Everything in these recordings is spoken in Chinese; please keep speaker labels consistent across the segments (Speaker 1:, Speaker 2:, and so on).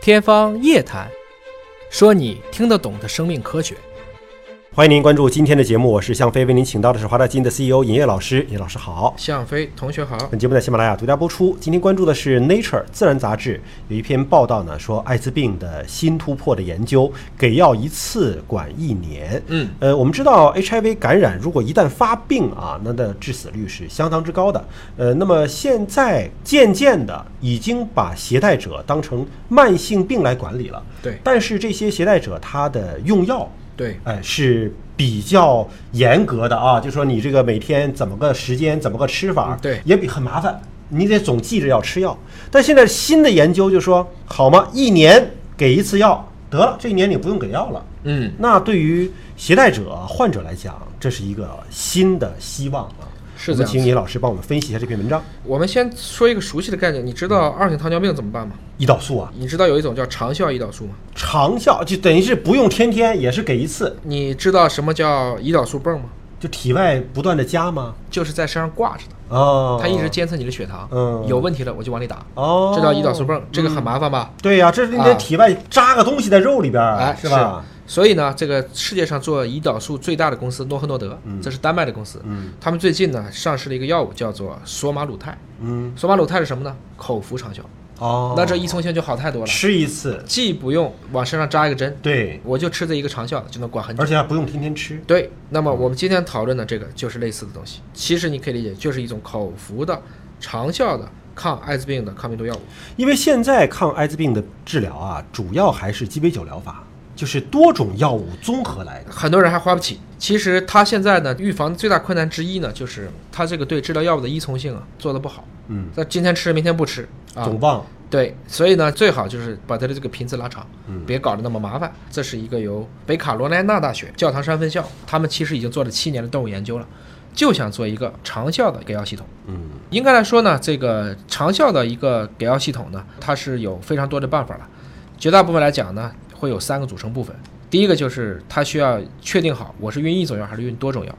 Speaker 1: 天方夜谭，说你听得懂的生命科学。
Speaker 2: 欢迎您关注今天的节目，我是向飞，为您请到的是华大基因的 CEO 尹烨老师。尹老师好，
Speaker 1: 向飞同学好，
Speaker 2: 本节目在喜马拉雅独家播出。今天关注的是《Nature》自然杂志有一篇报道呢，说艾滋病的新突破的研究，给药一次管一年。
Speaker 1: 嗯，
Speaker 2: 呃，我们知道 HIV 感染如果一旦发病啊，那的致死率是相当之高的。呃，那么现在渐渐的已经把携带者当成慢性病来管理了。
Speaker 1: 对
Speaker 2: 但是这些携带者他的用药。
Speaker 1: 对，
Speaker 2: 哎，是比较严格的啊，就说你这个每天怎么个时间，怎么个吃法，
Speaker 1: 嗯对
Speaker 2: 也比很麻烦，你得总记着要吃药。但现在新的研究就说，好吗？一年给一次药，得了，这一年你不用给药了。
Speaker 1: 嗯，
Speaker 2: 那对于携带者、患者来讲，这是一个新的希望啊。
Speaker 1: 是
Speaker 2: 我
Speaker 1: 这
Speaker 2: 们
Speaker 1: 样
Speaker 2: 请
Speaker 1: 子。
Speaker 2: 尹老师帮我们分析一下这篇文章。
Speaker 1: 我们先说一个熟悉的概念，你知道二型糖尿病怎么办吗？
Speaker 2: 胰岛素啊，
Speaker 1: 你知道有一种叫长效胰岛素吗？
Speaker 2: 长效就等于是不用天天，也是给一次，
Speaker 1: 你知道什么叫胰岛素泵吗？
Speaker 2: 就体外不断的加吗？
Speaker 1: 就是在身上挂着的，
Speaker 2: 哦，
Speaker 1: 它一直监测你的血糖，
Speaker 2: 嗯
Speaker 1: 有问题了我就往里打，
Speaker 2: 哦，
Speaker 1: 这叫胰岛素泵，这个很麻烦吧？
Speaker 2: 对呀、这是你得
Speaker 1: 啊
Speaker 2: 体外扎个东西在肉里边儿，
Speaker 1: 哎，
Speaker 2: 啊是吧？？
Speaker 1: 所以呢，这个世界上做胰岛素最大的公司诺和诺德，这是丹麦的公司，
Speaker 2: 嗯
Speaker 1: 他们最近呢上市了一个药物叫做索马鲁肽。
Speaker 2: 嗯，
Speaker 1: 索马鲁肽是什么呢？口服长效，
Speaker 2: 哦，
Speaker 1: 那这一从性就好太多了，
Speaker 2: 吃一次，
Speaker 1: 既不用往身上扎一个针，
Speaker 2: 对，
Speaker 1: 我就吃这一个长效就能管很久
Speaker 2: 而。且还不用天天吃。
Speaker 1: 对，那么我们今天讨论的这个就是类似的东西，其实你可以理解就是一种口服的长效的抗艾滋病的抗病毒药物。
Speaker 2: 因为现在抗艾滋病的治疗啊，主要还是鸡尾酒疗法，就是多种药物综合来的。
Speaker 1: 很多人还花不起。其实它现在呢，预防最大困难之一呢，就是它这个对治疗药物的依从性啊做得不好。
Speaker 2: 嗯，
Speaker 1: 那今天吃，明天不吃啊
Speaker 2: 总？忘。
Speaker 1: 对，所以呢，最好就是把它的这个频次拉长，
Speaker 2: 嗯
Speaker 1: 别搞得那么麻烦。这是一个由北卡罗来纳大学教堂山分校，他们其实已经做了七年的动物研究了，就想做一个长效的给药系统。
Speaker 2: 嗯
Speaker 1: 应该来说呢，这个长效的一个给药系统呢，它是有非常多的办法了。绝大部分来讲呢，会有三个组成部分。第一个就是它需要确定好我是运一种药还是运多种药。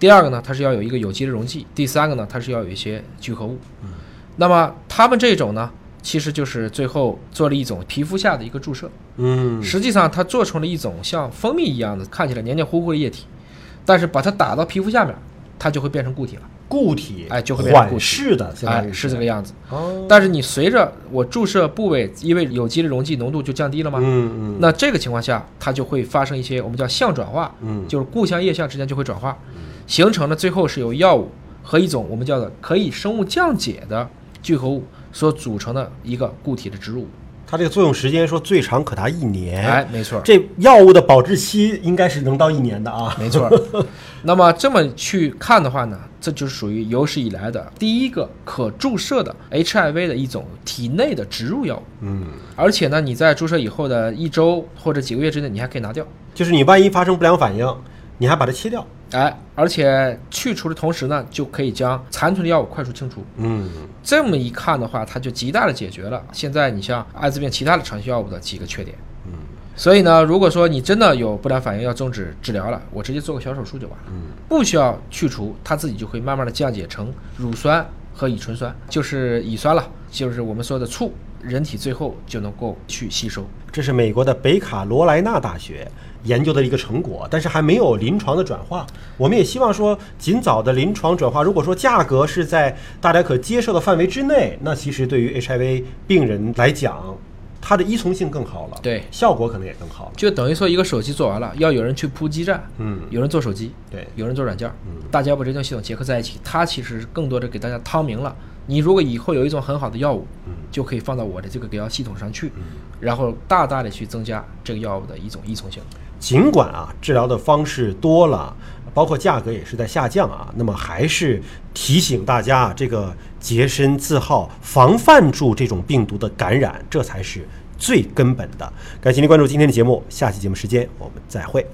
Speaker 1: 第二个呢，它是要有一个有机的溶剂。第三个呢，它是要有一些聚合物。
Speaker 2: 嗯
Speaker 1: 那么他们这种呢，其实就是最后做了一种皮肤下的一个注射。
Speaker 2: 嗯，
Speaker 1: 实际上它做成了一种像蜂蜜一样的，看起来黏黏糊糊的液体，但是把它打到皮肤下面，它就会变成固体了。
Speaker 2: 固体
Speaker 1: 哎就会变成固体
Speaker 2: 缓释的，相当
Speaker 1: 哎，
Speaker 2: 于
Speaker 1: 是这个样子。
Speaker 2: 哦，
Speaker 1: 但是你随着我注射部位，因为有机的溶剂浓度就降低了嘛，
Speaker 2: 嗯嗯，
Speaker 1: 那这个情况下它就会发生一些我们叫相转化，
Speaker 2: 嗯
Speaker 1: 就是固相液相之间就会转化，形成了最后是由药物和一种我们叫做可以生物降解的聚合物所组成的一个固体的植入物。
Speaker 2: 它这个作用时间说最长可达一年，
Speaker 1: 哎，没错儿。
Speaker 2: 这药物的保质期应该是能到一年的啊。
Speaker 1: 没错儿。那么这么去看的话呢，这就是属于有史以来的第一个可注射的 HIV 的一种体内的植入药物，
Speaker 2: 嗯。
Speaker 1: 而且呢，你在注射以后的一周或者几个月之内，你还可以拿掉。
Speaker 2: 就是你万一发生不良反应，你还把它切掉。
Speaker 1: 哎，而且去除的同时呢，就可以将残存的药物快速清除。
Speaker 2: 嗯，
Speaker 1: 这么一看的话，它就极大的解决了现在你像艾滋病其他的长期药物的几个缺点。
Speaker 2: 嗯，
Speaker 1: 所以呢，如果说你真的有不良反应要终止治疗了，我直接做个小手术就完了，
Speaker 2: 嗯，
Speaker 1: 不需要去除，它自己就会慢慢的降解成乳酸和乙醇酸，就是乙酸了，就是我们说的醋，人体最后就能够去吸收。
Speaker 2: 这是美国的北卡罗来纳大学研究的一个成果，但是还没有临床的转化。我们也希望说，尽早的临床转化。如果说价格是在大家可接受的范围之内，那其实对于 HIV 病人来讲，它的依从性更好了，
Speaker 1: 对
Speaker 2: 效果可能也更好了。
Speaker 1: 就等于说一个手机做完了，要有人去铺基站，
Speaker 2: 嗯，
Speaker 1: 有人做手机，
Speaker 2: 对，嗯
Speaker 1: 有人做软件，大家把这套系统结合在一起，它其实更多的给大家汤明了。你如果以后有一种很好的药物，
Speaker 2: 嗯
Speaker 1: 就可以放到我的这个给药系统上去，然后大大的去增加这个药物的一种依从性。
Speaker 2: 尽管啊治疗的方式多了，包括价格也是在下降啊，那么还是提醒大家啊，这个洁身自好，防范住这种病毒的感染，这才是最根本的。感谢您关注今天的节目，下期节目时间我们再会。